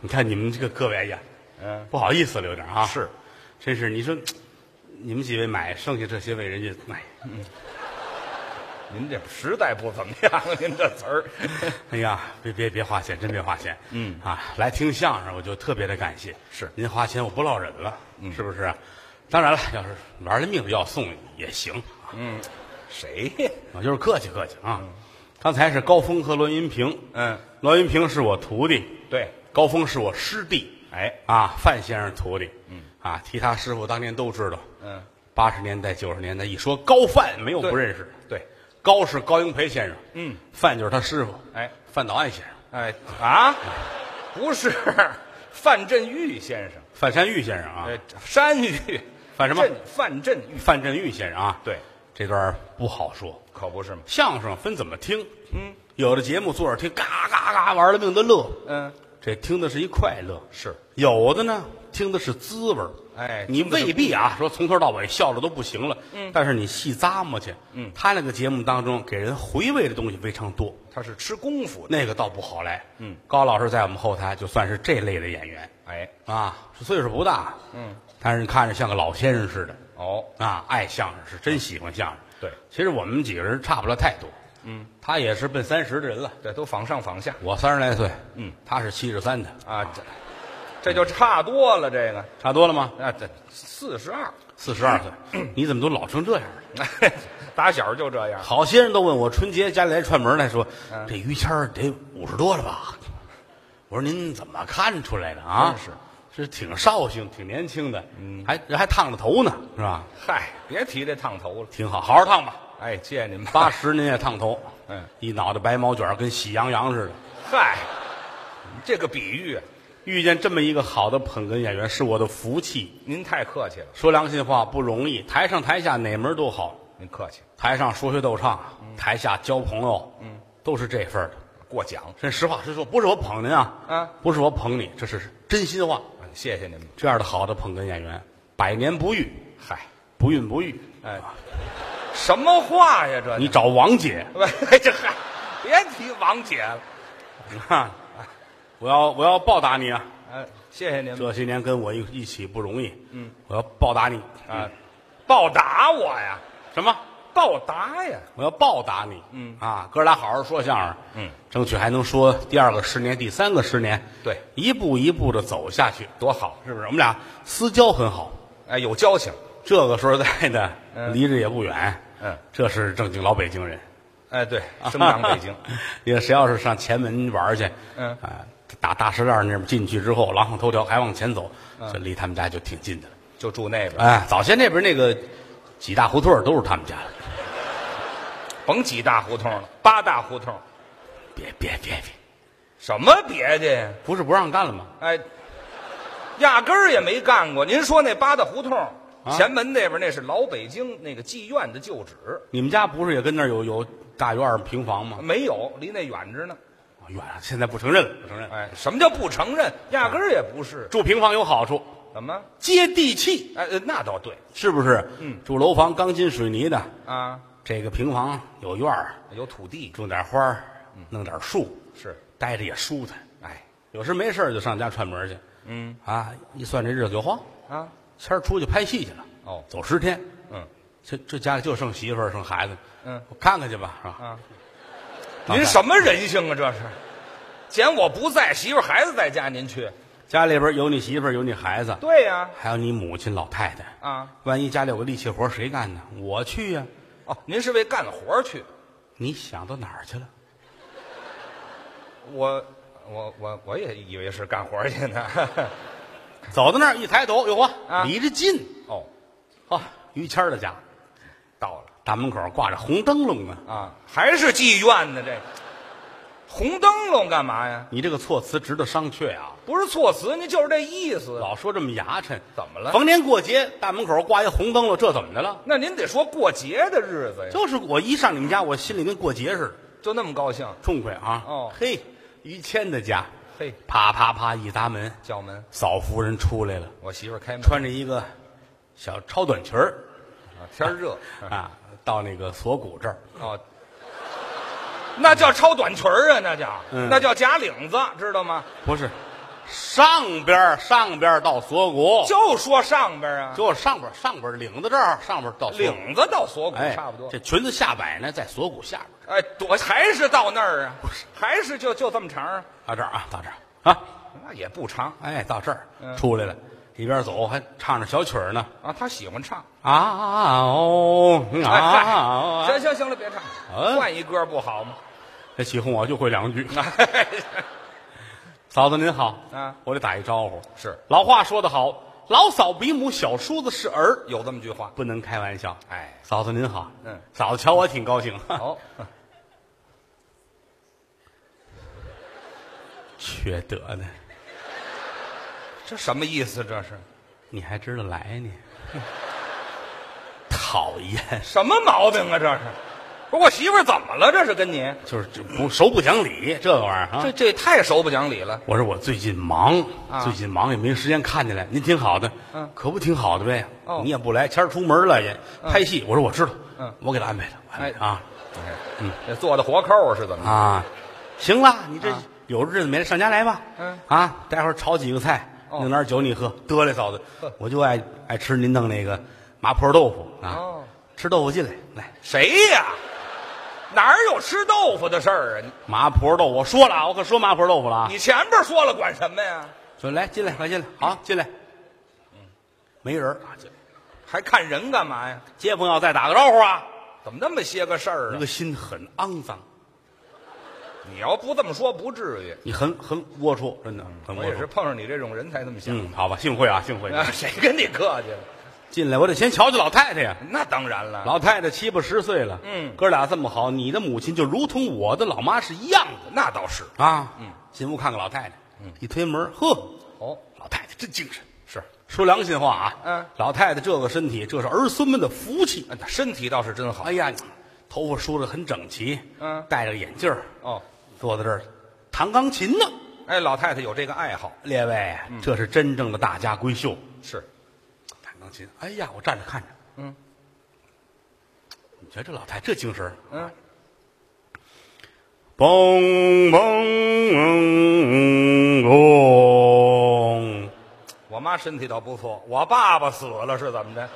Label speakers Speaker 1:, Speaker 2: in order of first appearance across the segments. Speaker 1: 你看你们这个各位哎呀，
Speaker 2: 嗯，
Speaker 1: 不好意思了有点啊，
Speaker 2: 是，
Speaker 1: 真是你说你们几位买，剩下这些位人家哎，
Speaker 2: 您这实在不怎么样，您这词 儿，
Speaker 1: 哎呀，别别别花钱，真别花钱，嗯啊，来听相声我就特别的感谢，
Speaker 2: 是嗯
Speaker 1: 您花钱我不落忍了，是不是？当然了，要是玩了命的要送也行，啊
Speaker 2: 谁呀？
Speaker 1: 我就是客气客气啊。刚才是高峰和栾云平，
Speaker 2: 嗯，
Speaker 1: 栾云平是我徒弟，
Speaker 2: 对，
Speaker 1: 高峰是我师弟，
Speaker 2: 哎，
Speaker 1: 啊，范先生徒弟，嗯，啊，提他师傅当年都知道，
Speaker 2: 嗯，
Speaker 1: 八十年代九十年代一说高范，没有
Speaker 2: 对
Speaker 1: 不认识的。
Speaker 2: 对，
Speaker 1: 高是高英培先生，
Speaker 2: 嗯，
Speaker 1: 范就是他师傅，
Speaker 2: 哎，
Speaker 1: 范岛爱先生，
Speaker 2: 哎啊，不是范振钰先生，
Speaker 1: 范山玉先生啊，
Speaker 2: 呃，山玉
Speaker 1: 范什么
Speaker 2: 振范振钰，
Speaker 1: 范振玉先生啊，
Speaker 2: 对，
Speaker 1: 这段不好说。
Speaker 2: 可不是吗？
Speaker 1: 相声分怎么听，
Speaker 2: 嗯
Speaker 1: 有的节目坐着听，嘎嘎嘎玩了命的乐，
Speaker 2: 嗯，
Speaker 1: 这听的是一快乐；
Speaker 2: 是，
Speaker 1: 有的呢，听的是滋味儿
Speaker 2: 哎
Speaker 1: 你
Speaker 2: 听的是
Speaker 1: 未必啊，说从头到尾笑的都不行了，嗯，但是你细咂摸去，嗯，他那个节目当中给人回味的东西非常多，
Speaker 2: 他是吃功夫的，
Speaker 1: 那个倒不好来，
Speaker 2: 嗯，
Speaker 1: 高老师在我们后台就算是这类的演员
Speaker 2: 哎，
Speaker 1: 啊，岁数不大，嗯，但是看着像个老先生似的
Speaker 2: 哦，
Speaker 1: 啊，爱相声是真喜欢相声。
Speaker 2: 对，
Speaker 1: 其实我们几个人差不了太多，嗯，他也是奔三十的人了，
Speaker 2: 这都仿上仿下
Speaker 1: 我三十来岁，
Speaker 2: 嗯，
Speaker 1: 他是七十三的，
Speaker 2: 啊，这这就差多了，这个
Speaker 1: 差多了吗？
Speaker 2: 那这四十二，
Speaker 1: 四十二岁，你怎么都老成这样了？
Speaker 2: 哎打小就这样，
Speaker 1: 好些人都问我春节家里来串门来说，这于谦儿得五十多了吧？我说您怎么看出来的啊？
Speaker 2: 真是，
Speaker 1: 是挺绍兴，挺年轻的，还人还烫着头呢，是吧？
Speaker 2: 嗨，别提这烫头了，
Speaker 1: 挺好，好好烫吧。
Speaker 2: 哎，谢谢您吧，
Speaker 1: 八十您也烫头，
Speaker 2: 嗯，
Speaker 1: 一脑袋白毛卷儿，跟喜羊羊似的。
Speaker 2: 嗨，这个比喻啊
Speaker 1: 遇见这么一个好的捧哏演员是我的福气。
Speaker 2: 您太客气了，
Speaker 1: 说良心话不容易，台上台下哪门儿都好，
Speaker 2: 您客气，
Speaker 1: 台上说学逗唱，啊台下交朋友，嗯，都是这份儿的。
Speaker 2: 过奖，
Speaker 1: 真实话实说，不是我捧您啊，
Speaker 2: 啊，
Speaker 1: 不是我捧你，这是真心话。
Speaker 2: 谢谢您吧，
Speaker 1: 这样的好的捧哏演员，百年不遇，
Speaker 2: 嗨，
Speaker 1: 不孕不育。
Speaker 2: 哎，什么话呀这？
Speaker 1: 你找王姐，
Speaker 2: 哎 这嗨，别提王姐了，
Speaker 1: 啊我要我要报答你啊！
Speaker 2: 哎，谢谢您吧
Speaker 1: 这些年跟我一一起不容易，嗯，我要报答你
Speaker 2: 啊，报答我呀，
Speaker 1: 什么？
Speaker 2: 报答呀，
Speaker 1: 我要报答你，嗯啊，哥俩好好说相声，
Speaker 2: 嗯，
Speaker 1: 争取还能说第二个十年、第三个十年，
Speaker 2: 对，
Speaker 1: 一步一步的走下去，
Speaker 2: 多好，
Speaker 1: 是不是？我们俩私交很好，
Speaker 2: 哎，有交情，
Speaker 1: 这个说实在的，
Speaker 2: 嗯
Speaker 1: 离着也不远，
Speaker 2: 嗯，
Speaker 1: 这是正经老北京人，
Speaker 2: 哎， 对，生长北京，
Speaker 1: 你看谁要是上前门玩去，
Speaker 2: 嗯
Speaker 1: 啊，打大石栏那边进去之后，廊上头条还往前走，
Speaker 2: 嗯
Speaker 1: 这离他们家就挺近的了。
Speaker 2: 就住那边，
Speaker 1: 哎，早先那边那个几大胡同儿都是他们家的，
Speaker 2: 甭几大胡同了，八大胡同，
Speaker 1: 别别别别，
Speaker 2: 什么别的呀？
Speaker 1: 不是不让干了吗？
Speaker 2: 哎，压根儿也没干过。您说那八大胡同、
Speaker 1: 啊
Speaker 2: 前门那边那是老北京那个妓院的旧址，
Speaker 1: 你们家不是也跟那儿有有大院儿平房吗？
Speaker 2: 没有，离那远着呢。
Speaker 1: 啊远了，现在不承认了，不承认了。
Speaker 2: 哎，什么叫不承认？压根儿也不是。
Speaker 1: 住平房有好处，
Speaker 2: 怎么？
Speaker 1: 接地气，
Speaker 2: 哎，呃那倒对
Speaker 1: 是不是？嗯，住楼房钢筋水泥的，
Speaker 2: 啊，
Speaker 1: 这个平房有院儿，
Speaker 2: 有土地
Speaker 1: 种点花儿，弄点树，
Speaker 2: 是。
Speaker 1: 待着也舒坦。
Speaker 2: 哎，
Speaker 1: 有时没事儿就上家串门去，
Speaker 2: 嗯
Speaker 1: 啊，一算这日子就慌，
Speaker 2: 啊，
Speaker 1: 谦儿出去拍戏去了，
Speaker 2: 哦，
Speaker 1: 走十天，
Speaker 2: 嗯
Speaker 1: 这这家里就剩媳妇儿剩孩子，
Speaker 2: 嗯，
Speaker 1: 我看看去吧，是吧？
Speaker 2: 啊，
Speaker 1: 老
Speaker 2: 您
Speaker 1: 太
Speaker 2: 什么人性啊？这是，捡我不在，媳妇儿孩子在家，您去？
Speaker 1: 家里边有你媳妇儿，有你孩子，
Speaker 2: 对呀、
Speaker 1: 还有你母亲老太太，
Speaker 2: 啊，
Speaker 1: 万一家里有个力气活儿谁干呢？我去呀、
Speaker 2: 哦，您是为干活儿去？
Speaker 1: 你想到哪儿去了？
Speaker 2: 我我我我也以为是干活儿去呢。
Speaker 1: 走到那儿一抬头，哟呵，
Speaker 2: 啊
Speaker 1: 离着近
Speaker 2: 哦，
Speaker 1: 啊，于谦儿的家，
Speaker 2: 到了
Speaker 1: 大门口挂着红灯笼呢。
Speaker 2: 啊，还是妓院呢？这红灯笼干嘛呀？
Speaker 1: 你这个措辞值得商榷啊！
Speaker 2: 不是措辞，您就是这意思。
Speaker 1: 老说这么牙碜，
Speaker 2: 怎么了
Speaker 1: 逢年过节，大门口挂一红灯笼，这怎么的了？
Speaker 2: 那您得说过节的日子呀，
Speaker 1: 就是我一上你们家，我心里跟过节似的，
Speaker 2: 就那么高兴？
Speaker 1: 痛快啊！
Speaker 2: 哦
Speaker 1: 嘿，于谦的家，
Speaker 2: 嘿，
Speaker 1: 啪啪啪一砸门，
Speaker 2: 叫门，
Speaker 1: 嫂夫人出来了，
Speaker 2: 我媳妇儿开门，
Speaker 1: 穿着一个小超短裙儿
Speaker 2: 啊天儿热
Speaker 1: 啊，到那个锁骨这儿，
Speaker 2: 哦，那叫超短裙儿啊，那叫
Speaker 1: 嗯
Speaker 2: 那叫假领子，知道吗？
Speaker 1: 不是，上边儿上边儿到锁骨，
Speaker 2: 就说上边啊，
Speaker 1: 就上边儿上边儿领子这儿上边儿到锁骨
Speaker 2: 领子到锁骨
Speaker 1: 哎，
Speaker 2: 差不多。
Speaker 1: 这裙子下摆呢在锁骨下边儿
Speaker 2: 哎，我还是到那儿啊，还是就就这么长啊，
Speaker 1: 到这儿啊，到这儿啊，
Speaker 2: 那也不长
Speaker 1: 哎，到这儿、
Speaker 2: 嗯
Speaker 1: 出来了，一边走还唱着小曲儿呢。
Speaker 2: 啊。他喜欢唱。
Speaker 1: 啊哦
Speaker 2: 哎嗨
Speaker 1: 啊哦！
Speaker 2: 行行行了，别唱
Speaker 1: 啊
Speaker 2: 了，换一歌不好吗？
Speaker 1: 这起哄我就会两句。
Speaker 2: 哎
Speaker 1: 嫂子您好，
Speaker 2: 啊
Speaker 1: 我得打一招呼。
Speaker 2: 是
Speaker 1: 老话说得好，老嫂比母，小叔子是儿，
Speaker 2: 有这么句话，
Speaker 1: 不能开玩笑。
Speaker 2: 哎，
Speaker 1: 嫂子您好，
Speaker 2: 嗯
Speaker 1: 嫂子瞧我挺高兴。
Speaker 2: 好，
Speaker 1: 缺德呢，
Speaker 2: 这什么意思？这是
Speaker 1: 你还知道来呢？ 讨厌，
Speaker 2: 什么毛病啊？这是，不是我媳妇儿怎么了？这是跟你
Speaker 1: 就是这不熟不讲理这个玩意儿啊。
Speaker 2: 这这太手不讲理了。
Speaker 1: 我说我最近忙，
Speaker 2: 啊
Speaker 1: 最近忙也没时间看见来。您挺好的，
Speaker 2: 嗯
Speaker 1: 可不挺好的呗。
Speaker 2: 哦
Speaker 1: 你也不来，前儿出门了也拍戏。我说我知道，
Speaker 2: 嗯
Speaker 1: 我给他安排的，我安排的
Speaker 2: 哎
Speaker 1: 啊
Speaker 2: 嗯，这做的活扣是怎么着？
Speaker 1: 啊，行了，你这
Speaker 2: 啊
Speaker 1: 有日子没来上家来吧？
Speaker 2: 嗯
Speaker 1: 啊，待会儿炒几个菜，
Speaker 2: 哦
Speaker 1: 弄点酒你喝。得嘞，嫂子
Speaker 2: 呵，
Speaker 1: 我就爱爱吃您弄那个麻婆豆腐啊，
Speaker 2: 哦，
Speaker 1: 吃豆腐进来，来
Speaker 2: 谁呀？哪儿有吃豆腐的事儿啊？你
Speaker 1: 麻婆豆腐。我说了啊，我可说麻婆豆腐了啊。
Speaker 2: 你前边说了，管什么呀？
Speaker 1: 说来进来，快进来，
Speaker 2: 嗯
Speaker 1: 好进来。没人儿啊，进来
Speaker 2: 还看人干嘛呀？
Speaker 1: 街坊要再打个招呼啊。
Speaker 2: 怎么那么些个事儿
Speaker 1: 一
Speaker 2: 啊
Speaker 1: 个？心很肮脏，
Speaker 2: 你要不这么说，不至于。
Speaker 1: 你很很龌龊，真的很
Speaker 2: 我
Speaker 1: 龌
Speaker 2: 也是
Speaker 1: 龊。
Speaker 2: 碰上你这种人才这么想。
Speaker 1: 嗯，好吧，幸会啊，幸会。
Speaker 2: 啊，谁跟你客气了？
Speaker 1: 进来，我得先瞧瞧老太太呀。
Speaker 2: 那当然了。
Speaker 1: 老太太七八十岁了，
Speaker 2: 嗯
Speaker 1: 哥俩这么好，你的母亲就如同我的老妈是一样
Speaker 2: 那倒是。
Speaker 1: 的啊。
Speaker 2: 嗯，
Speaker 1: 进屋看看老太太，一推门，呵，
Speaker 2: 哦，
Speaker 1: 老太太真精神。
Speaker 2: 是，
Speaker 1: 说良心话啊，
Speaker 2: 嗯，
Speaker 1: 老太太这个身体，这是儿孙们的福气。
Speaker 2: 那身体倒是真好
Speaker 1: 哎。呀，头发梳得很整齐，
Speaker 2: 嗯
Speaker 1: 戴着眼镜儿
Speaker 2: 哦，
Speaker 1: 坐在这儿弹钢琴呢。
Speaker 2: 哎，老太太有这个爱好，
Speaker 1: 列位，
Speaker 2: 嗯
Speaker 1: 这是真正的大家闺秀。
Speaker 2: 是
Speaker 1: 弹钢琴。哎呀，我站着看着，
Speaker 2: 嗯，
Speaker 1: 你瞧这老太这精神儿，
Speaker 2: 嗯，
Speaker 1: 嘣嘣嘣，
Speaker 2: 我妈身体倒不错，我爸爸死了是怎么着？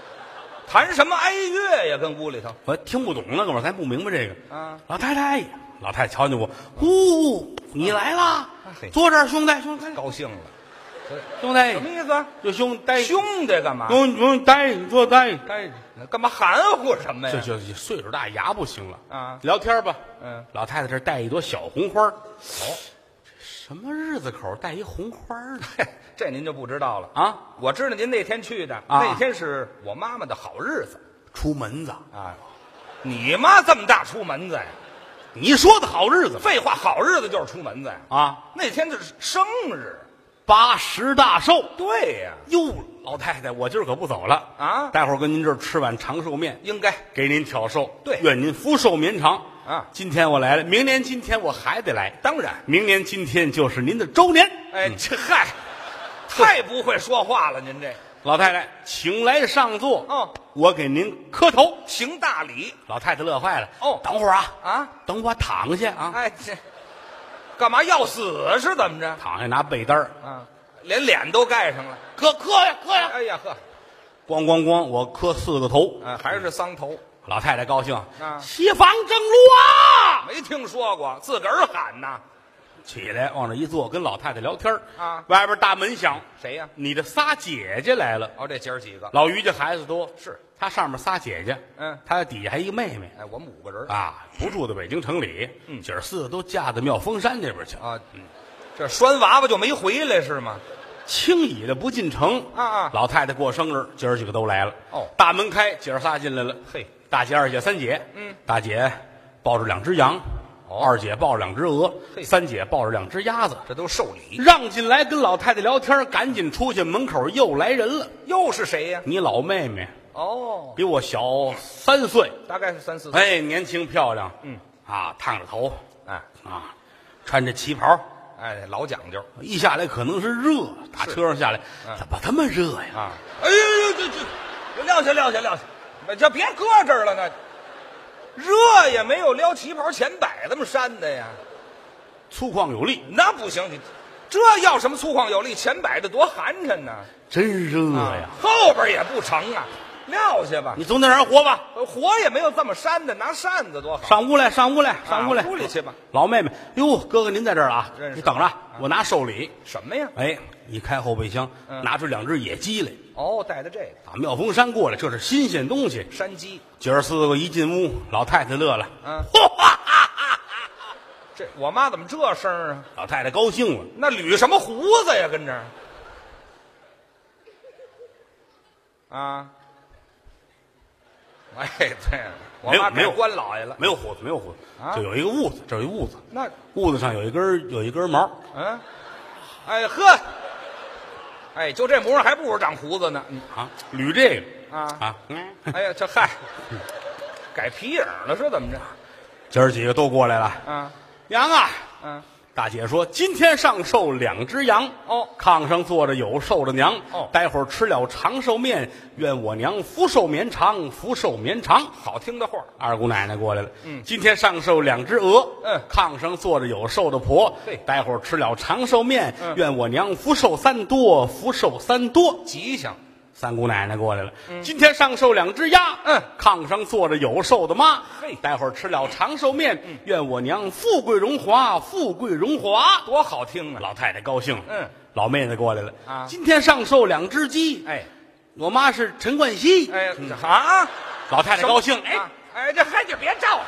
Speaker 2: 谈什么哀乐呀？跟屋里头
Speaker 1: 我听不懂那哥们儿，咱不明白这个。
Speaker 2: 啊，
Speaker 1: 老太太，老太太瞧见我，呼，你来啦
Speaker 2: 嘿！
Speaker 1: 坐这儿，兄弟，兄弟，
Speaker 2: 高兴了，
Speaker 1: 兄
Speaker 2: 什么
Speaker 1: 弟，
Speaker 2: 意思啊？
Speaker 1: 就兄弟，
Speaker 2: 兄弟干嘛？
Speaker 1: 兄兄呆，你坐呆。
Speaker 2: 哎，干嘛含糊什么
Speaker 1: 这
Speaker 2: 呀？
Speaker 1: 就就岁数大，牙不行了
Speaker 2: 啊
Speaker 1: 聊天吧，
Speaker 2: 嗯，
Speaker 1: 老太太这儿带一朵小红花哦，什么日子口儿带一红花儿呢？
Speaker 2: 嘿这您就不知道了
Speaker 1: 啊！
Speaker 2: 我知道您那天去的，
Speaker 1: 啊
Speaker 2: 那天是我妈妈的好日子
Speaker 1: 出门子，
Speaker 2: 啊。你妈这么大出门子呀？
Speaker 1: 你说的好日子
Speaker 2: 废话，好日子就是出门子呀。
Speaker 1: 啊，
Speaker 2: 那天就是生日，
Speaker 1: 八十大寿
Speaker 2: 对呀、
Speaker 1: 哟，老太太，我今儿可不走了
Speaker 2: 啊
Speaker 1: 待会儿跟您这儿吃碗长寿面，
Speaker 2: 应该
Speaker 1: 给您挑寿，
Speaker 2: 对
Speaker 1: 愿您福寿绵长
Speaker 2: 啊
Speaker 1: 今天我来了，明年今天我还得来，
Speaker 2: 当然。
Speaker 1: 明年今天就是您的周年。嗯
Speaker 2: 哎，这嗨，太不会说话了，您这
Speaker 1: 老太太，请来上座。
Speaker 2: 哦，
Speaker 1: 我给您磕头。
Speaker 2: 行大礼
Speaker 1: 老太太乐坏了。
Speaker 2: 哦
Speaker 1: 等会儿啊，
Speaker 2: 啊！
Speaker 1: 等我躺下啊，
Speaker 2: 哎，这干嘛要死是怎么着？
Speaker 1: 躺下拿被单儿，
Speaker 2: 啊，连脸都盖上了。
Speaker 1: 磕磕呀磕呀，
Speaker 2: 哎呀呵，
Speaker 1: 咣咣咣，我磕四个头。
Speaker 2: 啊，还是桑头，
Speaker 1: 老太太高兴，
Speaker 2: 啊
Speaker 1: 西方正路啊！
Speaker 2: 没听说过，自个儿喊呐。
Speaker 1: 起来往这一坐，跟老太太聊天儿
Speaker 2: 啊
Speaker 1: 外边大门响，
Speaker 2: 谁呀、
Speaker 1: 你的仨姐姐来了。
Speaker 2: 哦，这姐儿几个？
Speaker 1: 老于家孩子多，
Speaker 2: 是
Speaker 1: 他上面仨姐姐，
Speaker 2: 嗯
Speaker 1: 他底下还一个妹妹
Speaker 2: 哎，我们五个人
Speaker 1: 啊，不住在北京城里，嗯，姐儿四个都嫁到妙峰山这边去，
Speaker 2: 啊，这拴娃娃就没回来是吗？
Speaker 1: 轻易的不进城
Speaker 2: 啊啊
Speaker 1: 老太太过生日，姐儿几个都来了，
Speaker 2: 哦
Speaker 1: 大门开，姐儿仨进来了，
Speaker 2: 嘿，
Speaker 1: 大姐、二姐、三姐，
Speaker 2: 嗯，
Speaker 1: 大姐抱着两只羊，
Speaker 2: 哦
Speaker 1: 二姐抱着两只鹅，
Speaker 2: 嘿
Speaker 1: 三姐抱着两只鸭子，
Speaker 2: 这都寿礼，
Speaker 1: 让进来跟老太太聊天，赶紧出去，门口又来人了。
Speaker 2: 又是谁呀、
Speaker 1: 你老妹妹
Speaker 2: 哦，
Speaker 1: 比我小三岁，
Speaker 2: 大概是三四岁。
Speaker 1: 哎，年轻漂亮，
Speaker 2: 嗯，
Speaker 1: 啊，烫着头
Speaker 2: 哎
Speaker 1: 啊，穿着旗袍，
Speaker 2: 哎，老讲究
Speaker 1: 一下来可能是热，打车上下来，
Speaker 2: 嗯
Speaker 1: 怎么这么热呀？
Speaker 2: 啊！哎呦呦，这这，撂下撂下撂下，那就别搁这儿了，那热也没有撩旗袍前摆那么扇的呀，
Speaker 1: 粗犷有力，
Speaker 2: 那不行，你这要什么粗犷有力？前摆的多寒碜呢，啊
Speaker 1: 真热呀！
Speaker 2: 后边也不成啊，撂下吧
Speaker 1: 你，总得让人活吧？
Speaker 2: 火也没有这么扇的，拿扇子多好。
Speaker 1: 上屋来，上屋来，上屋来，
Speaker 2: 啊屋里去吧。
Speaker 1: 老妹妹，哟，哥哥您在这儿啊
Speaker 2: 认，识
Speaker 1: 你等着，我拿寿礼。
Speaker 2: 什么呀？
Speaker 1: 哎，一开后备箱，
Speaker 2: 嗯
Speaker 1: 拿出两只野鸡来，
Speaker 2: 哦，带的这个
Speaker 1: 打妙峰山过来，这是新鲜东西。
Speaker 2: 山鸡，
Speaker 1: 姐儿四个一进屋，老太太乐了，
Speaker 2: 嗯
Speaker 1: 嚯，
Speaker 2: 这我妈怎么这声儿啊？
Speaker 1: 老太太高兴了，
Speaker 2: 那捋什么胡子呀？跟这儿啊？哎，对了，我
Speaker 1: 没有
Speaker 2: 妈
Speaker 1: 没有
Speaker 2: 改官老爷了。
Speaker 1: 没有胡子，没有胡子
Speaker 2: 啊，
Speaker 1: 就有一个痦子，这有一痦子，
Speaker 2: 那
Speaker 1: 痦子上有一根儿有一根毛，
Speaker 2: 嗯，哎呵，哎，就这模样还不如长胡子呢。嗯
Speaker 1: 啊，捋这个
Speaker 2: 啊
Speaker 1: 啊， 嗯
Speaker 2: 哎呀，这嗨，改皮影了是怎么着？
Speaker 1: 姐儿几个都过来了。
Speaker 2: 啊，
Speaker 1: 羊啊，
Speaker 2: 嗯，
Speaker 1: 大姐说今天上寿两只羊
Speaker 2: 哦
Speaker 1: 炕上坐着有寿的娘
Speaker 2: 哦
Speaker 1: 待会儿吃了长寿面，愿我娘福寿绵长，福寿绵长。
Speaker 2: 好听的话，
Speaker 1: 二姑奶奶过来了，嗯，今天上寿两只鹅，
Speaker 2: 嗯
Speaker 1: 炕上坐着有寿的婆，
Speaker 2: 对
Speaker 1: 待会儿吃了长寿面，
Speaker 2: 嗯
Speaker 1: 愿我娘福寿三多，福寿三多。
Speaker 2: 吉祥。
Speaker 1: 三姑奶奶过来了，今天上寿两只鸭，
Speaker 2: 嗯
Speaker 1: 炕上坐着有寿的妈，
Speaker 2: 嘿嗯
Speaker 1: 待会儿吃了长寿面，愿我娘富贵荣华，富贵荣华。
Speaker 2: 多好听啊！
Speaker 1: 老太太高兴，
Speaker 2: 嗯，
Speaker 1: 老妹子过来了，
Speaker 2: 啊
Speaker 1: 今天上寿两只鸡，
Speaker 2: 哎
Speaker 1: 我妈是陈冠希，嗯
Speaker 2: 哎啊，
Speaker 1: 老太太高兴，哎，
Speaker 2: 啊哎，这嗨，就别照了，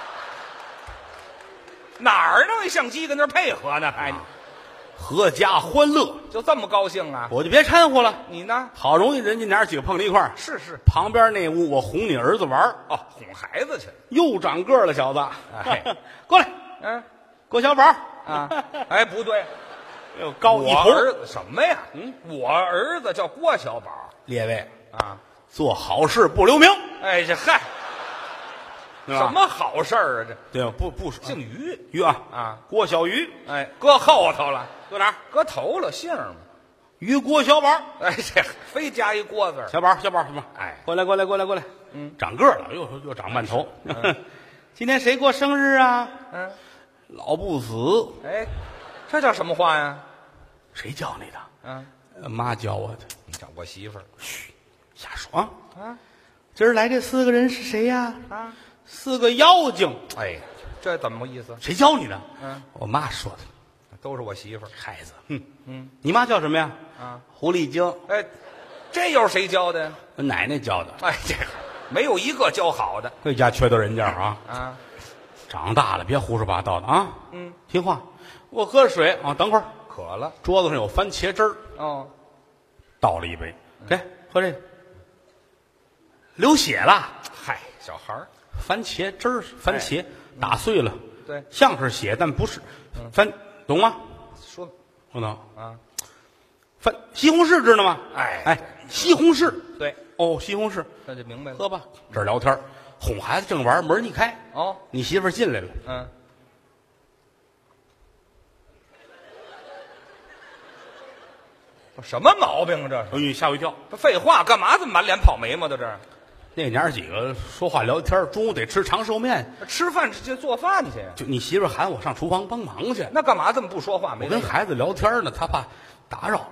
Speaker 2: 哪儿弄一相机跟那儿配合呢？哎，
Speaker 1: 阖啊家欢乐，
Speaker 2: 就这么高兴啊？
Speaker 1: 我就别掺和了。
Speaker 2: 你呢？
Speaker 1: 好容易人家娘儿几个碰到一块儿，
Speaker 2: 是是
Speaker 1: 旁边那屋我哄你儿子玩儿
Speaker 2: 哦，哄孩子去。
Speaker 1: 又长个儿了，小子，
Speaker 2: 哎
Speaker 1: 过来，
Speaker 2: 嗯
Speaker 1: 郭小宝
Speaker 2: 啊，哎，不对，
Speaker 1: 又高一
Speaker 2: 我
Speaker 1: 头。
Speaker 2: 儿子什么呀？嗯，我儿子叫郭小宝
Speaker 1: 列位，
Speaker 2: 啊。
Speaker 1: 做好事不留名，
Speaker 2: 哎，这嗨，
Speaker 1: 对吧
Speaker 2: 什？么好事儿啊？
Speaker 1: 对吧？不不说
Speaker 2: 这姓于，
Speaker 1: 于啊
Speaker 2: 啊，
Speaker 1: 郭小鱼
Speaker 2: 哎，搁后头了，
Speaker 1: 搁哪儿？
Speaker 2: 搁头了，姓儿嘛。
Speaker 1: 于郭小宝，
Speaker 2: 哎，这非加一郭字儿。
Speaker 1: 小宝小宝小宝，
Speaker 2: 哎
Speaker 1: 过来过来过来过来，
Speaker 2: 嗯，哎
Speaker 1: 长个儿了，又又长半头。 今天谁过生日啊？
Speaker 2: 嗯，
Speaker 1: 老不死，
Speaker 2: 哎，这叫什么话呀？
Speaker 1: 谁叫你的？
Speaker 2: 嗯，
Speaker 1: 呃妈教我的，
Speaker 2: 你找我媳妇儿
Speaker 1: 瞎说啊！
Speaker 2: 啊
Speaker 1: 今儿来这四个人是谁呀、
Speaker 2: 啊！
Speaker 1: 四个妖精，
Speaker 2: 哎，这怎么个意思？
Speaker 1: 谁教你的？
Speaker 2: 嗯，
Speaker 1: 我妈说的。
Speaker 2: 都是我媳妇儿。
Speaker 1: 孩子，哼，
Speaker 2: 嗯
Speaker 1: 你妈叫什么呀？
Speaker 2: 啊，
Speaker 1: 狐狸精，
Speaker 2: 哎，这又是谁教的？呀？
Speaker 1: 我奶奶教的。
Speaker 2: 哎，这没有一个教好的
Speaker 1: 这家缺德人家啊！
Speaker 2: 啊！
Speaker 1: 长大了别胡说八道的啊！
Speaker 2: 嗯，
Speaker 1: 听话。我喝水啊，等会儿
Speaker 2: 渴了
Speaker 1: 桌子上有番茄汁儿，
Speaker 2: 哦，
Speaker 1: 倒了一杯，给喝这个。流血了，
Speaker 2: 嗨，小孩儿，
Speaker 1: 番茄汁儿，番茄打碎了，
Speaker 2: 对，
Speaker 1: 像是血，但不是番，懂吗？
Speaker 2: 说
Speaker 1: 不懂
Speaker 2: 啊，
Speaker 1: 番西红柿知道吗？
Speaker 2: 哎
Speaker 1: 哎，西红柿
Speaker 2: 对，
Speaker 1: 哦，西红柿，
Speaker 2: 那就明白了。
Speaker 1: 喝吧。这儿聊天儿，哄孩子正玩儿，门儿一开，
Speaker 2: 哦，
Speaker 1: 你媳妇儿进来了，
Speaker 2: 嗯，不什么毛病啊？这是
Speaker 1: 哎呦，吓我一跳。
Speaker 2: 不废话，干嘛这么满脸跑眉毛的？这
Speaker 1: 那娘儿几个说话聊天儿，中午得吃长寿面，
Speaker 2: 是吃饭去做饭去，
Speaker 1: 就你媳妇儿喊我上厨房帮忙去，
Speaker 2: 那干嘛这么不说话？没
Speaker 1: 我跟
Speaker 2: 人
Speaker 1: 孩子聊天呢，她怕打扰了，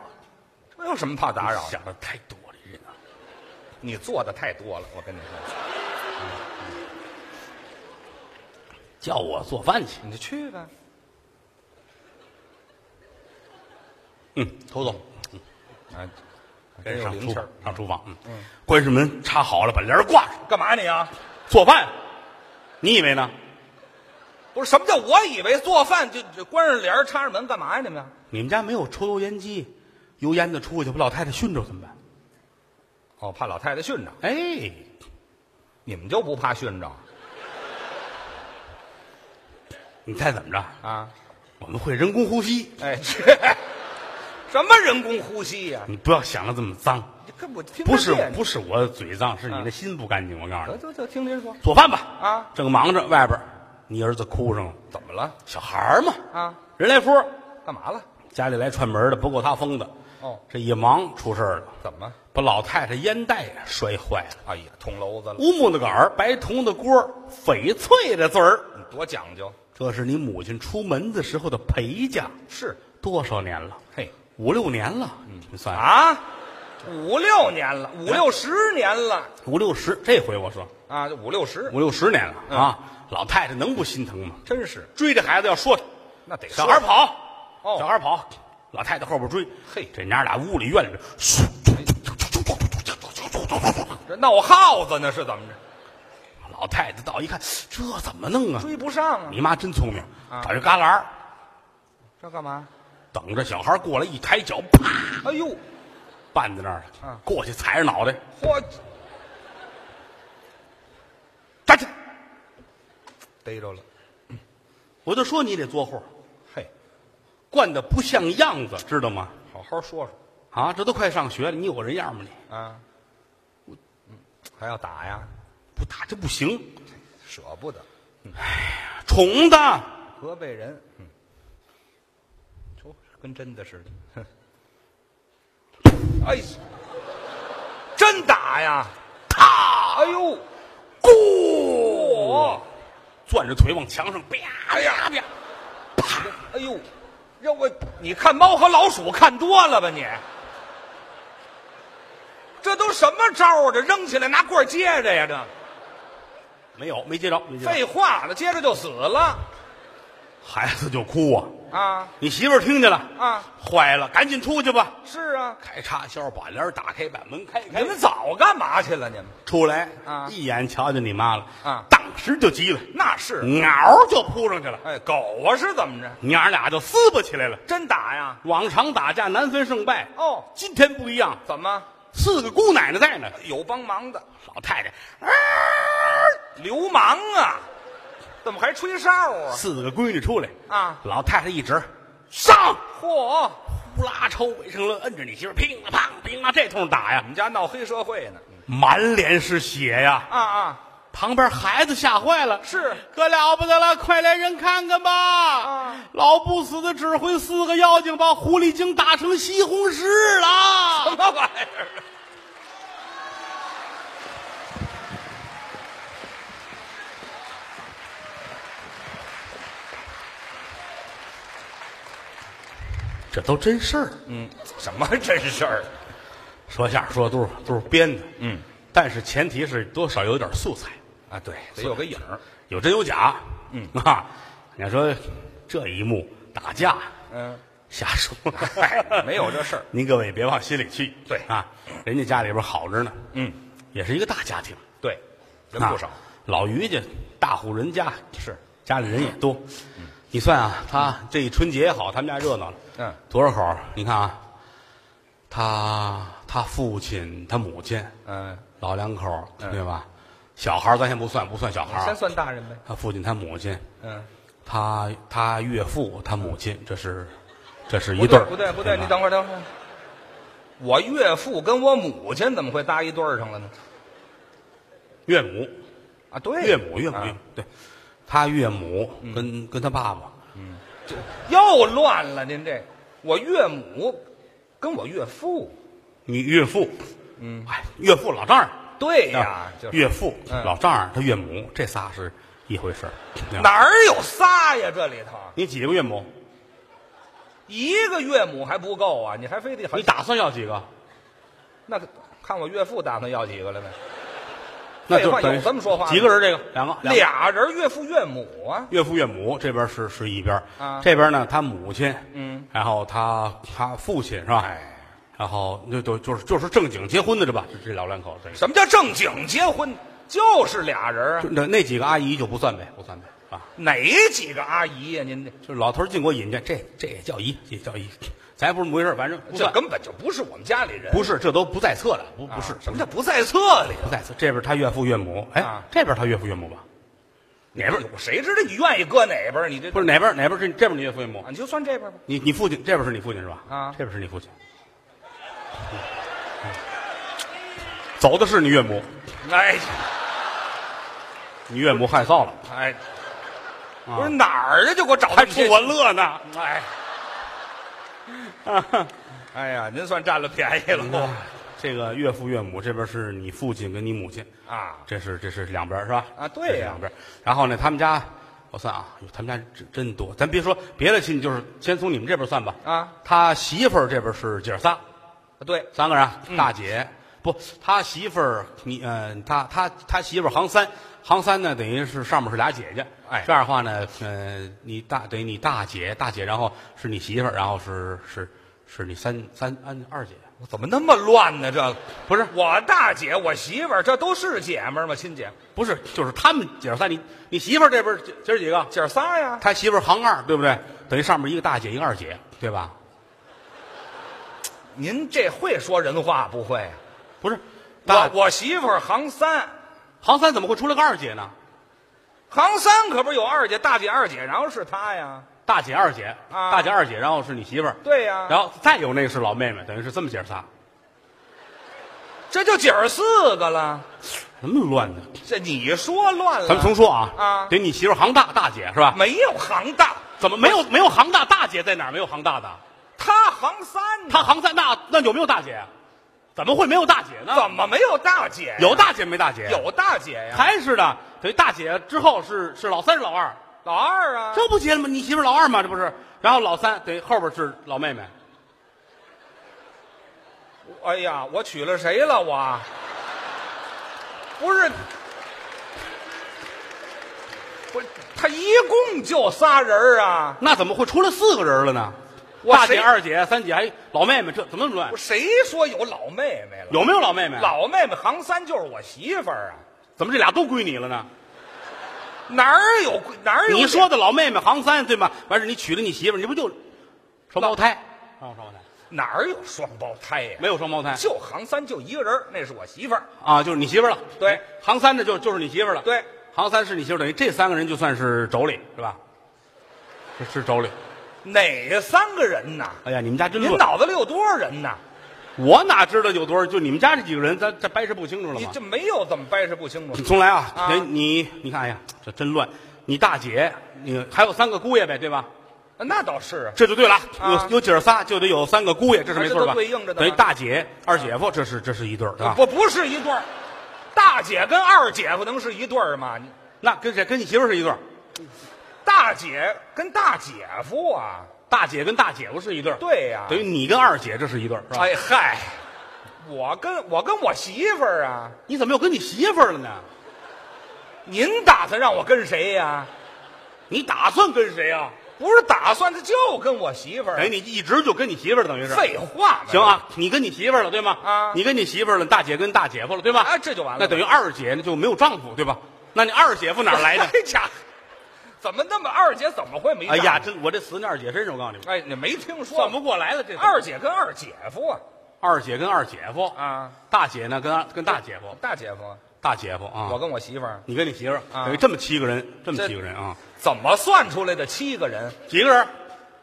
Speaker 2: 这有什么怕打扰的？
Speaker 1: 想的太多了，这人啊，
Speaker 2: 你做的太多了，我跟你说，
Speaker 1: 叫我做饭去。
Speaker 2: 你就去呗。
Speaker 1: 嗯，头总，
Speaker 2: 啊，
Speaker 1: 跟
Speaker 2: 真有
Speaker 1: 上
Speaker 2: 灵
Speaker 1: 厨
Speaker 2: 气儿
Speaker 1: 房，，上厨房，嗯，关上门，插好了，把帘儿挂上，
Speaker 2: 干嘛你啊？
Speaker 1: 做饭。你以为呢？
Speaker 2: 不是什么叫我以为做饭就就关上帘儿插上门干嘛呀？你们
Speaker 1: 你们家没有抽油烟机，油烟子出去把老太太熏着怎么办？
Speaker 2: 哦，怕老太太训着，
Speaker 1: 哎，
Speaker 2: 你们就不怕训着
Speaker 1: 你猜怎么着？
Speaker 2: 啊？
Speaker 1: 我们会人工呼吸，
Speaker 2: 哎， 这什么人工呼吸呀、
Speaker 1: 你不要想的这么脏。
Speaker 2: 你跟我听
Speaker 1: 不是
Speaker 2: 见
Speaker 1: 不是我嘴脏，是你的
Speaker 2: 啊
Speaker 1: 心不干净。我告诉
Speaker 2: 得
Speaker 1: 你，
Speaker 2: 得得，听您说，
Speaker 1: 做饭吧。
Speaker 2: 啊，
Speaker 1: 正忙着，外边儿你儿子哭上了，
Speaker 2: 怎么了
Speaker 1: 小孩儿嘛，
Speaker 2: 啊？
Speaker 1: 人来疯儿，
Speaker 2: 干嘛了？
Speaker 1: 家里来串门的不够他疯的。
Speaker 2: 哦，
Speaker 1: 这一忙出事儿了，
Speaker 2: 怎么？
Speaker 1: 把老太太烟袋啊摔坏了，
Speaker 2: 哎呀，捅娄子了，
Speaker 1: 乌木的杆儿，白铜的锅儿，翡翠的嘴儿，
Speaker 2: 你多讲究。
Speaker 1: 这是你母亲出门的时候的陪嫁。
Speaker 2: 是
Speaker 1: 多少年了？
Speaker 2: 嘿，
Speaker 1: 五六年了，你算算
Speaker 2: 啊，五六年了，五六十年了
Speaker 1: 五六十，这回我说
Speaker 2: 啊，就五六十，
Speaker 1: 五六十年了
Speaker 2: 嗯
Speaker 1: 啊，老太太能不心疼吗？
Speaker 2: 真是
Speaker 1: 追着孩子要说他，
Speaker 2: 那得
Speaker 1: 小孩
Speaker 2: 说
Speaker 1: 跑，
Speaker 2: 哦
Speaker 1: 小孩跑，老太太后边追，
Speaker 2: 嘿
Speaker 1: 这娘俩屋里院里边，
Speaker 2: 哎这闹耗子呢是怎么着？
Speaker 1: 老太太到一看，这怎么弄啊？
Speaker 2: 追不上啊，
Speaker 1: 你妈真聪明，找一旮旯儿
Speaker 2: 这干嘛？
Speaker 1: 等着小孩过来，一抬脚，啪，
Speaker 2: 哎呦，
Speaker 1: 绊在那儿了
Speaker 2: 嗯。
Speaker 1: 过去踩着脑袋，
Speaker 2: 嚯，
Speaker 1: 站起来！
Speaker 2: 逮着了，
Speaker 1: 我就说你得作货，
Speaker 2: 嘿，
Speaker 1: 惯的不像样子，知道吗？
Speaker 2: 好好说说
Speaker 1: 啊，这都快上学了，你有人样吗你？
Speaker 2: 啊，我还要打呀，
Speaker 1: 不打这不行，
Speaker 2: 舍不得，
Speaker 1: 宠的。
Speaker 2: 河北人，嗯，就跟真的似的，哼哎，真打呀！
Speaker 1: 啪！
Speaker 2: 哎呦，
Speaker 1: 咕！
Speaker 2: 嚯，
Speaker 1: 攥着腿往墙上啪啪啪！
Speaker 2: 哎呦，让我你看猫和老鼠看多了吧你？这都什么招儿啊？这扔起来拿棍儿接着呀？这
Speaker 1: 没有，没接着，没接着。
Speaker 2: 废话了，接着就死了
Speaker 1: 孩子就哭啊！
Speaker 2: 啊
Speaker 1: 你媳妇儿听见了
Speaker 2: 啊！
Speaker 1: 坏了，赶紧出去吧！
Speaker 2: 是啊，哎
Speaker 1: 开插销，把帘儿打开，把门开
Speaker 2: 你
Speaker 1: 开，
Speaker 2: 们早干嘛去了？你们
Speaker 1: 出来
Speaker 2: 嗯啊
Speaker 1: 一眼瞧见你妈了
Speaker 2: 啊
Speaker 1: 当时就急了，
Speaker 2: 那是
Speaker 1: 嗷就扑上去了，
Speaker 2: 哎，狗啊是怎么着？
Speaker 1: 娘俩就撕巴起来了。
Speaker 2: 真打呀？
Speaker 1: 往常打架难分胜败，
Speaker 2: 哦，
Speaker 1: 今天不一样，
Speaker 2: 怎么
Speaker 1: 四个姑奶奶在呢，
Speaker 2: 有帮忙的？
Speaker 1: 老太啊太
Speaker 2: 流氓啊！怎么还吹哨啊？
Speaker 1: 四个闺女出来
Speaker 2: 啊
Speaker 1: 老太太一指上，
Speaker 2: 嚯，
Speaker 1: 呼啦抽尾上了，摁着你媳妇儿，乒了乓乒啦，这通打呀
Speaker 2: 我，们家闹黑社会呢！
Speaker 1: 满脸是血呀。
Speaker 2: 啊啊，
Speaker 1: 旁边孩子吓坏了，
Speaker 2: 是
Speaker 1: 可了不得了，快来人看看吧！
Speaker 2: 啊
Speaker 1: 老不死的指挥四个妖精把狐狸精打成西红柿
Speaker 2: 什
Speaker 1: 了。
Speaker 2: 么玩意儿？
Speaker 1: 这都真事儿，
Speaker 2: 嗯，什么真事儿？啊
Speaker 1: 说相声说的都是都是编的，
Speaker 2: 嗯，
Speaker 1: 但是前提是多少有点素材，
Speaker 2: 啊，对，得有个影儿。
Speaker 1: 有真有假。嗯啊，你要说这一幕打架
Speaker 2: 嗯，
Speaker 1: 瞎说，
Speaker 2: 嗨，没有这 事儿。
Speaker 1: 您各位别往心里去。
Speaker 2: 对
Speaker 1: 啊，人家家里边好着呢，
Speaker 2: 嗯，
Speaker 1: 也是一个大家庭，
Speaker 2: 对，人
Speaker 1: 啊
Speaker 2: 不少。
Speaker 1: 老于家大户人家
Speaker 2: 是
Speaker 1: 家里人也多，你算啊，他这一春节也好，他们家热闹了，
Speaker 2: 嗯，
Speaker 1: 多少口儿？你看啊，他他父亲他母亲
Speaker 2: 嗯，
Speaker 1: 老两口儿对吧？小孩儿咱先不算，不算小孩儿
Speaker 2: 先
Speaker 1: 啊，
Speaker 2: 算大人呗。
Speaker 1: 他父亲他母亲，
Speaker 2: 嗯，
Speaker 1: 他他岳父他母亲，这是这是一
Speaker 2: 不
Speaker 1: 对
Speaker 2: 对
Speaker 1: 儿，
Speaker 2: 不对不对，
Speaker 1: 吧
Speaker 2: 你等会儿等会儿。我岳父跟我母亲怎么会搭一对儿上了呢？
Speaker 1: 岳母
Speaker 2: 啊，对，
Speaker 1: 岳母岳母
Speaker 2: 啊嗯
Speaker 1: 岳母对，他岳母跟跟他爸爸
Speaker 2: 又乱了，您这我岳母跟我岳父，
Speaker 1: 你岳父，嗯，哎，岳父老丈人，
Speaker 2: 对
Speaker 1: 啊
Speaker 2: 哎呀，就是
Speaker 1: 岳父、
Speaker 2: 嗯
Speaker 1: 老丈人，他岳母，这仨是一回事儿。对吧
Speaker 2: 哪儿有仨呀？这里头
Speaker 1: 你几个岳母？
Speaker 2: 一个岳母还不够啊，你还非得
Speaker 1: 你打算要几个？
Speaker 2: 那个看我岳父打算要几个了呗？
Speaker 1: 那
Speaker 2: 废
Speaker 1: 就
Speaker 2: 话
Speaker 1: 等于
Speaker 2: 有这么说话吗
Speaker 1: 几个人？这个两个，两个
Speaker 2: 俩人岳父岳母啊，
Speaker 1: 岳父岳母这边是是一边儿，
Speaker 2: 啊
Speaker 1: 这边呢他母亲，
Speaker 2: 嗯，哎
Speaker 1: 然后他他父亲是吧？然后就就就是就是正经结婚的是吧？这这老两口子，
Speaker 2: 什么叫正经结婚？就是俩人啊
Speaker 1: 就，那那几个阿姨就不算呗，不算呗啊！
Speaker 2: 哪几个阿姨呀、您这
Speaker 1: 就是老头儿进过瘾去，这这也叫姨，这也叫姨，咱也不是那么回事儿反正不
Speaker 2: 这
Speaker 1: 算，
Speaker 2: 根本就不是我们家里人，
Speaker 1: 不是，这都不在册的，不
Speaker 2: 啊
Speaker 1: 不是
Speaker 2: 什么叫不在册里？
Speaker 1: 不在册。这边他岳父岳母，哎
Speaker 2: 啊，
Speaker 1: 这边他岳父岳母吧？哪边？
Speaker 2: 有谁知道你愿意搁哪边儿？你这
Speaker 1: 不是哪边？哪边是这边你岳父岳母
Speaker 2: 啊？你就算这边吧。
Speaker 1: 你你父亲这边是你父亲是吧？
Speaker 2: 啊
Speaker 1: 这边是你父亲。走的是你岳母，
Speaker 2: 哎。
Speaker 1: 你岳母害臊了，
Speaker 2: 哎，不是哪儿啊？就给我找
Speaker 1: 还
Speaker 2: 这么
Speaker 1: 冲
Speaker 2: 些
Speaker 1: 我乐呢。
Speaker 2: 哎，哎呀，您算占了便宜了
Speaker 1: 这个岳父岳母这边是你父亲跟你母亲，
Speaker 2: 啊！
Speaker 1: 这是这是两边是吧？
Speaker 2: 啊对呀
Speaker 1: 这是两边。然后呢，他们家我算啊，哟他们家真真多。咱别说别的亲戚，就是先从你们这边算吧。
Speaker 2: 啊，
Speaker 1: 他媳妇儿这边是姐儿仨，
Speaker 2: 对，嗯
Speaker 1: 三个人啊，大姐、不，他媳妇儿你嗯、他他他媳妇儿行三，行三呢等于是上面是俩姐姐，
Speaker 2: 哎
Speaker 1: 这样的话呢，嗯、你大等于你大姐大姐，然后是你媳妇儿，然后是是是你三三安二姐，
Speaker 2: 我怎么那么乱呢？这个
Speaker 1: 不是
Speaker 2: 我大姐，我媳妇儿，这都是姐们儿吗？亲姐，
Speaker 1: 不是就是他们姐儿仨，你你媳妇儿这边儿姐姐儿几个？
Speaker 2: 姐儿仨呀。
Speaker 1: 他媳妇儿行二，对不对？等于上面一个大姐一个二姐，对吧？
Speaker 2: 您这会说人话不会？
Speaker 1: 不是，大
Speaker 2: 我我媳妇儿行三，
Speaker 1: 行三怎么会出来个二姐呢？
Speaker 2: 行三可不是有二姐、大姐、二姐，然后是她呀。
Speaker 1: 大姐二姐，
Speaker 2: 啊
Speaker 1: 大姐二姐，然后是你媳妇儿，
Speaker 2: 对啊呀，
Speaker 1: 然后再有那个是老妹妹，等于是这么姐儿仨，
Speaker 2: 这就姐儿四个了。
Speaker 1: 什么乱呢？
Speaker 2: 这你说乱了？
Speaker 1: 咱们重说啊
Speaker 2: 啊
Speaker 1: 给你媳妇儿行大大姐是吧？
Speaker 2: 没有行大，
Speaker 1: 怎么没有没有行大大姐在哪儿？没有行大的，
Speaker 2: 她行三呢，
Speaker 1: 她行在那那有没有大姐？啊怎么会没有大姐呢？
Speaker 2: 怎么没有大姐呀？
Speaker 1: 有大姐没大姐？啊
Speaker 2: 有啊大姐呀，
Speaker 1: 还是的，等于大姐之后是是老三是老二，
Speaker 2: 老二啊，
Speaker 1: 这不结了吗？你媳妇儿老二嘛，这不是？然后老三等于后边是老妹妹，
Speaker 2: 哎呀，我娶了谁了我？不是，不是，他一共就仨人儿啊！
Speaker 1: 那怎么会出来四个人了呢？
Speaker 2: 哇
Speaker 1: 大姐、
Speaker 2: 谁
Speaker 1: 二姐、三姐还老妹妹，这怎么那么乱
Speaker 2: 我？谁说有老妹妹了？
Speaker 1: 有没有老妹妹？
Speaker 2: 老妹妹行三就是我媳妇儿啊，
Speaker 1: 怎么这俩都归你了呢？
Speaker 2: 哪儿有哪儿有？
Speaker 1: 你说的老妹妹行三对吗？完事儿你娶了你媳妇儿，你不就双胞胎？啊，双胞胎
Speaker 2: 哪儿有双胞胎呀、
Speaker 1: 没有双胞胎
Speaker 2: 就行三就一个人儿，那是我媳妇儿。
Speaker 1: 啊，就是你媳妇儿了。
Speaker 2: 对，
Speaker 1: 行三的就就是你媳妇儿了。，
Speaker 2: 对，
Speaker 1: 行三是你媳妇儿，等于这三个人就算是妯娌是吧？是是妯娌。
Speaker 2: 哪三个人呐？
Speaker 1: 哎呀，你们家真
Speaker 2: 您
Speaker 1: 乱！
Speaker 2: 脑子里有多少人呐？
Speaker 1: 我哪知道有多少？就你们家这几个人，咱这掰扯不清楚了
Speaker 2: 你
Speaker 1: 吗？
Speaker 2: 这没有怎么掰扯不清楚
Speaker 1: 你。重来啊！
Speaker 2: 啊
Speaker 1: 哎你你看，哎呀，这真乱！你大姐，你还有三个姑爷呗，对吧？
Speaker 2: 那倒是啊，
Speaker 1: 这就对了，
Speaker 2: 啊
Speaker 1: 有有姐儿仨，就得有三个姑爷，这是没错
Speaker 2: 这
Speaker 1: 吧？
Speaker 2: 都对应着的
Speaker 1: 等于
Speaker 2: 吗
Speaker 1: 大姐、二姐夫，这是这是一对儿，对吧？
Speaker 2: 不不是一对儿，大姐跟二姐夫能是一对儿吗？你
Speaker 1: 那跟谁？跟你媳妇儿是一对儿，
Speaker 2: 大姐跟大姐夫啊，
Speaker 1: 大姐跟大姐夫是一对儿，
Speaker 2: 对呀、
Speaker 1: 等于你跟二姐这是一对儿，是吧？
Speaker 2: 哎嗨，我跟我跟我媳妇儿啊，
Speaker 1: 你怎么又跟你媳妇儿了呢？
Speaker 2: 您打算让我跟谁呀、
Speaker 1: 你打算跟谁啊？
Speaker 2: 不是打算，他就跟我媳妇儿。
Speaker 1: 哎，你一直就跟你媳妇儿，等于是。
Speaker 2: 废话嘛，
Speaker 1: 行啊，你跟你媳妇儿了，对吗？
Speaker 2: 啊
Speaker 1: 你跟你媳妇儿了，大姐跟大姐夫了，对吧？
Speaker 2: 啊，这就完了。
Speaker 1: 那等于二姐呢就没有丈夫，对吧？那你二姐夫哪儿来的？
Speaker 2: 哎呀，怎么那么二姐怎么会没？
Speaker 1: 哎呀，，真我这死你二姐身上，我告诉你们，
Speaker 2: 哎，你没听说
Speaker 1: 算不过来了。这
Speaker 2: 二姐跟二姐夫啊
Speaker 1: 二姐跟二姐夫，
Speaker 2: 啊，
Speaker 1: 大姐呢跟二跟大姐夫，
Speaker 2: 大姐夫，
Speaker 1: 大姐夫啊，
Speaker 2: 我跟我媳妇儿
Speaker 1: 你跟你媳妇儿，
Speaker 2: 嗯啊
Speaker 1: 等于这么七个人，这么
Speaker 2: 这
Speaker 1: 七个人啊，
Speaker 2: 怎么算出来的七个人？
Speaker 1: 几个人？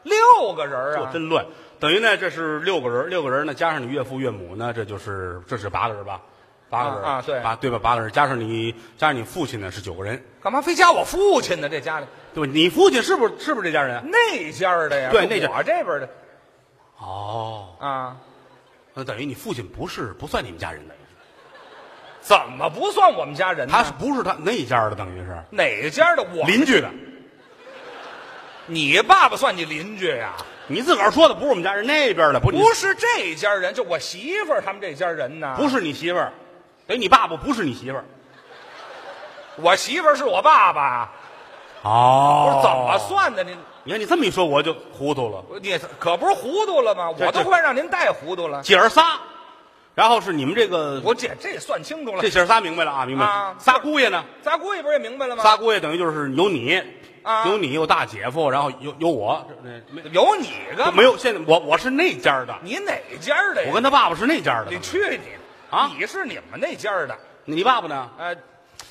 Speaker 2: 六个人儿
Speaker 1: 我
Speaker 2: 啊，
Speaker 1: 真乱。等于呢，这是六个人，六个人呢，加上你岳父岳母呢，这就是这是八个人吧，八个人
Speaker 2: 啊啊对
Speaker 1: 八对吧？八个人加上你加上你父亲呢是九个人，
Speaker 2: 干嘛非加我父亲呢？这家里
Speaker 1: 对吧？你父亲是不是是不是这家人？
Speaker 2: 那家儿的呀，
Speaker 1: 对
Speaker 2: 是
Speaker 1: 那家
Speaker 2: 我这边的
Speaker 1: 哦，
Speaker 2: 啊，
Speaker 1: 那等于你父亲不是不算你们家人的，
Speaker 2: 怎么不算我们家人呢？
Speaker 1: 他是不是他那家的？等于是
Speaker 2: 哪家的？我
Speaker 1: 邻居的。
Speaker 2: 你爸爸算你邻居呀、
Speaker 1: 你自个儿说的不是我们家人那边的，不是你
Speaker 2: 不是这家人，就我媳妇儿他们这家人呢。
Speaker 1: 不是你媳妇儿，等于你爸爸不是你媳妇儿。
Speaker 2: 我媳妇儿是我爸爸，不
Speaker 1: 哦
Speaker 2: 是怎么？算的？您
Speaker 1: 你看你这么一说，我就糊涂了。
Speaker 2: 你可不是糊涂了吗？
Speaker 1: 这
Speaker 2: 我都
Speaker 1: 这
Speaker 2: 快让您带糊涂了。
Speaker 1: 姐儿仨，然后是你们这个
Speaker 2: 我姐这算清楚了
Speaker 1: 这，姐儿仨明白了啊，明白了
Speaker 2: 啊。
Speaker 1: 仨姑爷呢？
Speaker 2: 咱姑爷不是也明白了吗？
Speaker 1: 仨姑爷等于就是有你，
Speaker 2: 啊
Speaker 1: 有你有大姐夫，然后有有我，这这没
Speaker 2: 有你
Speaker 1: 就
Speaker 2: 干嘛？
Speaker 1: 没有。现在我我是那家儿的，
Speaker 2: 你哪家儿的呀？
Speaker 1: 我跟他爸爸是那家儿的
Speaker 2: 你。去你的
Speaker 1: 啊
Speaker 2: 你是你们那家儿的，
Speaker 1: 你爸爸呢？
Speaker 2: 呃，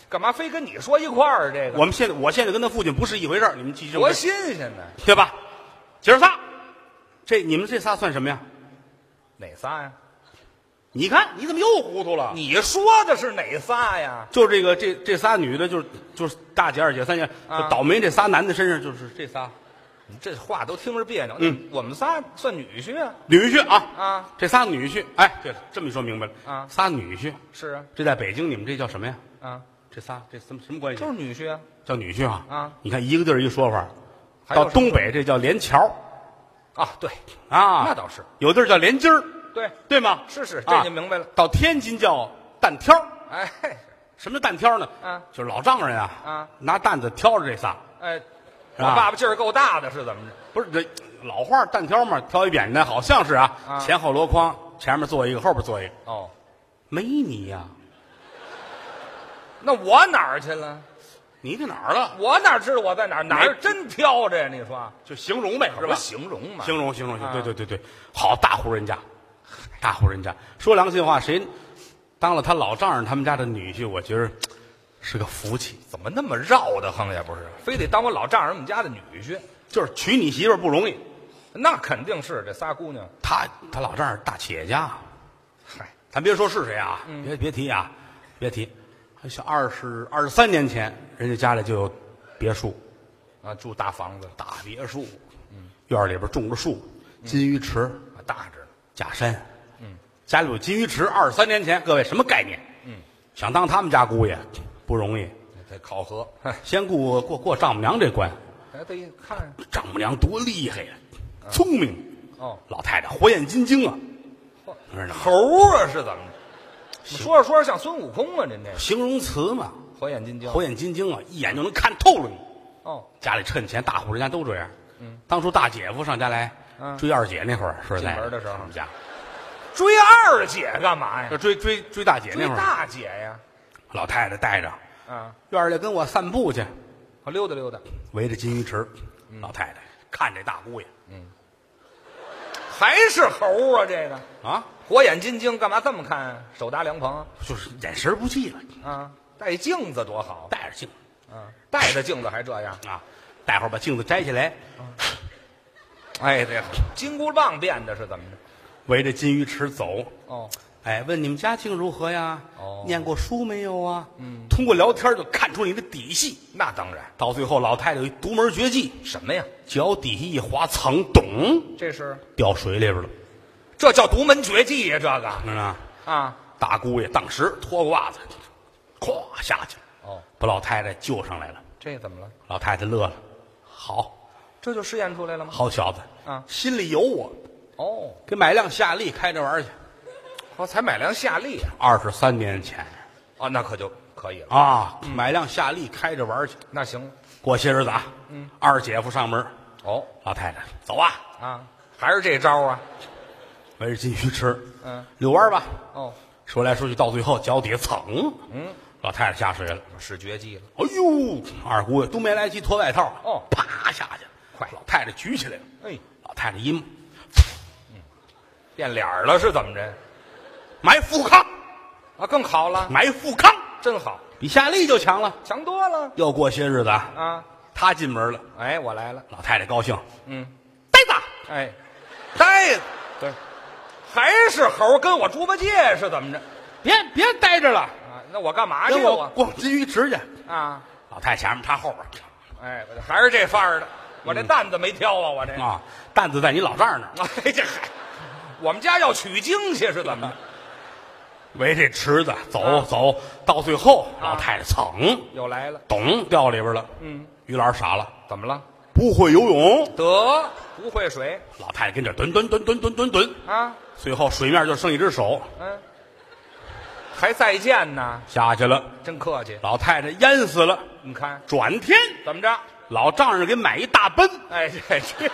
Speaker 2: 干嘛非跟你说一块儿？这个
Speaker 1: 我们现在我现在跟他父亲不是一回事儿，你们记住
Speaker 2: 多新鲜呢！
Speaker 1: 对吧？姐儿仨，这你们这仨算什么呀？
Speaker 2: 哪仨呀？
Speaker 1: 你看你怎么又糊涂了？
Speaker 2: 你说的是哪仨呀？
Speaker 1: 就这个这这仨女的，就是就是大姐、二姐、三姐，
Speaker 2: 啊
Speaker 1: 就倒霉这仨男的身上就是这仨
Speaker 2: 你这话都听着别扭。
Speaker 1: 嗯，
Speaker 2: 我们仨算女婿啊。
Speaker 1: 女婿啊
Speaker 2: 啊，
Speaker 1: 这仨女婿，哎，对了，这么一说明白了
Speaker 2: 啊
Speaker 1: 仨女婿，
Speaker 2: 是啊，
Speaker 1: 这在北京你们这叫什么呀？
Speaker 2: 啊，
Speaker 1: 这仨这什么什么关系
Speaker 2: 就？是女婿啊。
Speaker 1: 叫女婿啊。
Speaker 2: 啊，
Speaker 1: 你看一个地儿一说法，
Speaker 2: 还有
Speaker 1: 到东北这叫连桥
Speaker 2: 啊，对，
Speaker 1: 啊，
Speaker 2: 那倒是，
Speaker 1: 有地儿叫连筋儿，
Speaker 2: 对，
Speaker 1: 对吗？
Speaker 2: 是是，
Speaker 1: 啊
Speaker 2: 这就明白了。
Speaker 1: 到天津叫蛋挑儿，
Speaker 2: 哎
Speaker 1: 什么叫蛋挑儿呢？
Speaker 2: 嗯
Speaker 1: 就是老丈人啊，
Speaker 2: 啊
Speaker 1: 拿担子挑着这仨，
Speaker 2: 哎，
Speaker 1: 是
Speaker 2: 我
Speaker 1: 吧
Speaker 2: 爸爸劲儿够大的，是怎么着？
Speaker 1: 不是这老话儿蛋挑嘛，挑一扁担，好像是啊，
Speaker 2: 啊
Speaker 1: 前后箩筐，前面坐一个，后边坐一个，
Speaker 2: 哦，
Speaker 1: 没你呀、
Speaker 2: 那我哪儿去了？
Speaker 1: 你在哪儿了？
Speaker 2: 我哪知道我在哪儿？哪儿
Speaker 1: 没
Speaker 2: 真挑着呀？你说
Speaker 1: 就形容呗，是
Speaker 2: 这
Speaker 1: 吧
Speaker 2: 不？形容嘛？
Speaker 1: 形容形容，
Speaker 2: 啊
Speaker 1: 对对对对，好大户人家，大户人家。说良心话，谁当了他老丈人他们家的女婿，我觉得是个福气。
Speaker 2: 怎么那么绕的横呀？不是，非得当我老丈人我们家的女婿，
Speaker 1: 就是娶你媳妇儿不容易，
Speaker 2: 那肯定是这仨姑娘。
Speaker 1: 他他老丈人大企业家，
Speaker 2: 嗨，嗯
Speaker 1: 咱别说是谁啊，别别提啊，别提。好像二十二十三年前，人家家里就有别墅，
Speaker 2: 啊，住大房子，
Speaker 1: 大别墅，院儿里边种着树，金鱼池、
Speaker 2: 啊大着呢。
Speaker 1: 假山，嗯家里有金鱼池。二十三年前，各位什么概念？想当他们家姑爷不容易，
Speaker 2: 得考核，哎，
Speaker 1: 先过过过丈母娘这关，
Speaker 2: 还得看
Speaker 1: 丈母娘多厉害呀、聪明，
Speaker 2: 哦，
Speaker 1: 老太太火眼金睛啊，
Speaker 2: 嚯
Speaker 1: 你知道吗？
Speaker 2: 猴啊是怎么着？说着说着像孙悟空啊，您这
Speaker 1: 形容词嘛，
Speaker 2: 火眼金睛。
Speaker 1: 火眼金睛啊，一眼就能看透了你。
Speaker 2: 哦，
Speaker 1: 家里趁钱，大户人家都这样。当初大姐夫上家来
Speaker 2: 嗯
Speaker 1: 追二姐那会儿，说实在
Speaker 2: 进门的时候
Speaker 1: 我们家
Speaker 2: 追二姐干嘛呀？
Speaker 1: 追追追大姐
Speaker 2: 追
Speaker 1: 那会儿，
Speaker 2: 大姐呀！
Speaker 1: 老太太带着
Speaker 2: 啊，
Speaker 1: 院儿里跟我散步去，
Speaker 2: 我溜达溜达。
Speaker 1: 围着金鱼池，老太太看这大姑爷
Speaker 2: 还是猴啊？这个
Speaker 1: 啊，
Speaker 2: 火眼金睛，干嘛这么看啊？手搭凉棚
Speaker 1: 就是眼神不济了，
Speaker 2: 啊，带镜子多好
Speaker 1: 带着镜子
Speaker 2: 啊！带着镜子还这样，
Speaker 1: 啊，待会儿把镜子摘下来，
Speaker 2: 哎，这金箍棒变的是怎么着？
Speaker 1: 围着金鱼池走。
Speaker 2: 哦，
Speaker 1: 哎，问你们家境如何呀？
Speaker 2: 哦
Speaker 1: 念过书没有啊？嗯，通过聊天就看出你的底细。
Speaker 2: 那当然，
Speaker 1: 到最后，老太太有一独门绝技，
Speaker 2: 什么呀？
Speaker 1: 脚底下一滑，噌，咚，
Speaker 2: 这是
Speaker 1: 掉水里边了，
Speaker 2: 这叫独门绝技呀、这个
Speaker 1: 知道吗？
Speaker 2: 啊，
Speaker 1: 大姑爷当时脱个袜子，咵下去了，
Speaker 2: 哦，
Speaker 1: 把老太太救上来了。
Speaker 2: 这怎么了？
Speaker 1: 老太太乐了，好
Speaker 2: 这就试验出来了吗？
Speaker 1: 好小子，
Speaker 2: 啊
Speaker 1: 心里有我，
Speaker 2: 哦，
Speaker 1: 给买辆夏利开这玩意儿去。
Speaker 2: 我才买辆夏利啊，
Speaker 1: 二十三年前
Speaker 2: 哦，那可就可以了，
Speaker 1: 啊，买辆夏利开这玩意儿去。
Speaker 2: 那行了。
Speaker 1: 过些日子啊，嗯，二姐夫上门，
Speaker 2: 哦
Speaker 1: 老太太走啊，
Speaker 2: 啊，还是这招啊？
Speaker 1: 围着金鱼吃，
Speaker 2: 嗯，
Speaker 1: 遛弯儿吧。
Speaker 2: 哦，
Speaker 1: 说来说去，到最后脚底下蹭，
Speaker 2: 嗯，
Speaker 1: 老太太下水了。
Speaker 2: 使绝技了。
Speaker 1: 哎呦，二姑爷都没来及脱外套，啊
Speaker 2: 哦
Speaker 1: 啪下去了，
Speaker 2: 快
Speaker 1: 老太太举起来了，
Speaker 2: 哎，
Speaker 1: 老太太一
Speaker 2: 变脸儿了是怎么着？
Speaker 1: 埋富康，
Speaker 2: 啊，更好了，
Speaker 1: 埋富康
Speaker 2: 真好，
Speaker 1: 比夏利就强了。
Speaker 2: 强多了
Speaker 1: 又过些日子啊，
Speaker 2: 啊！
Speaker 1: 他进门了，
Speaker 2: 哎，我来了，
Speaker 1: 老太太高兴，
Speaker 2: 嗯，
Speaker 1: 呆子，
Speaker 2: 哎，呆子，对，还是猴儿跟我猪八戒是怎么着？
Speaker 1: 别别呆着了，
Speaker 2: 啊，那我干嘛去
Speaker 1: 跟
Speaker 2: 了
Speaker 1: 我
Speaker 2: 我
Speaker 1: 逛金鱼池去。
Speaker 2: 啊？
Speaker 1: 老太太前面，他后边
Speaker 2: 哎，我这还是这范儿的，我这担子没挑啊，我这，
Speaker 1: 啊，担子在你老丈人那儿，
Speaker 2: 哎，这嗨，我们家要取经去是怎么着？
Speaker 1: 围这池子走、
Speaker 2: 啊
Speaker 1: 走，到最后
Speaker 2: 啊
Speaker 1: 老太太噌，
Speaker 2: 又来了，
Speaker 1: 咚掉里边了。嗯，于老师傻了，
Speaker 2: 怎么了？
Speaker 1: 不会游泳。
Speaker 2: 得不会水
Speaker 1: 老太太跟这儿蹲蹲蹲蹲蹲蹲蹲，
Speaker 2: 啊？
Speaker 1: 最后水面就剩一只手
Speaker 2: 嗯，还再见呢，
Speaker 1: 下去了。
Speaker 2: 真客气。
Speaker 1: 老太太淹死了。
Speaker 2: 你看
Speaker 1: 转天，
Speaker 2: 怎么着？
Speaker 1: 老丈人给买一大奔，
Speaker 2: 哎，这这，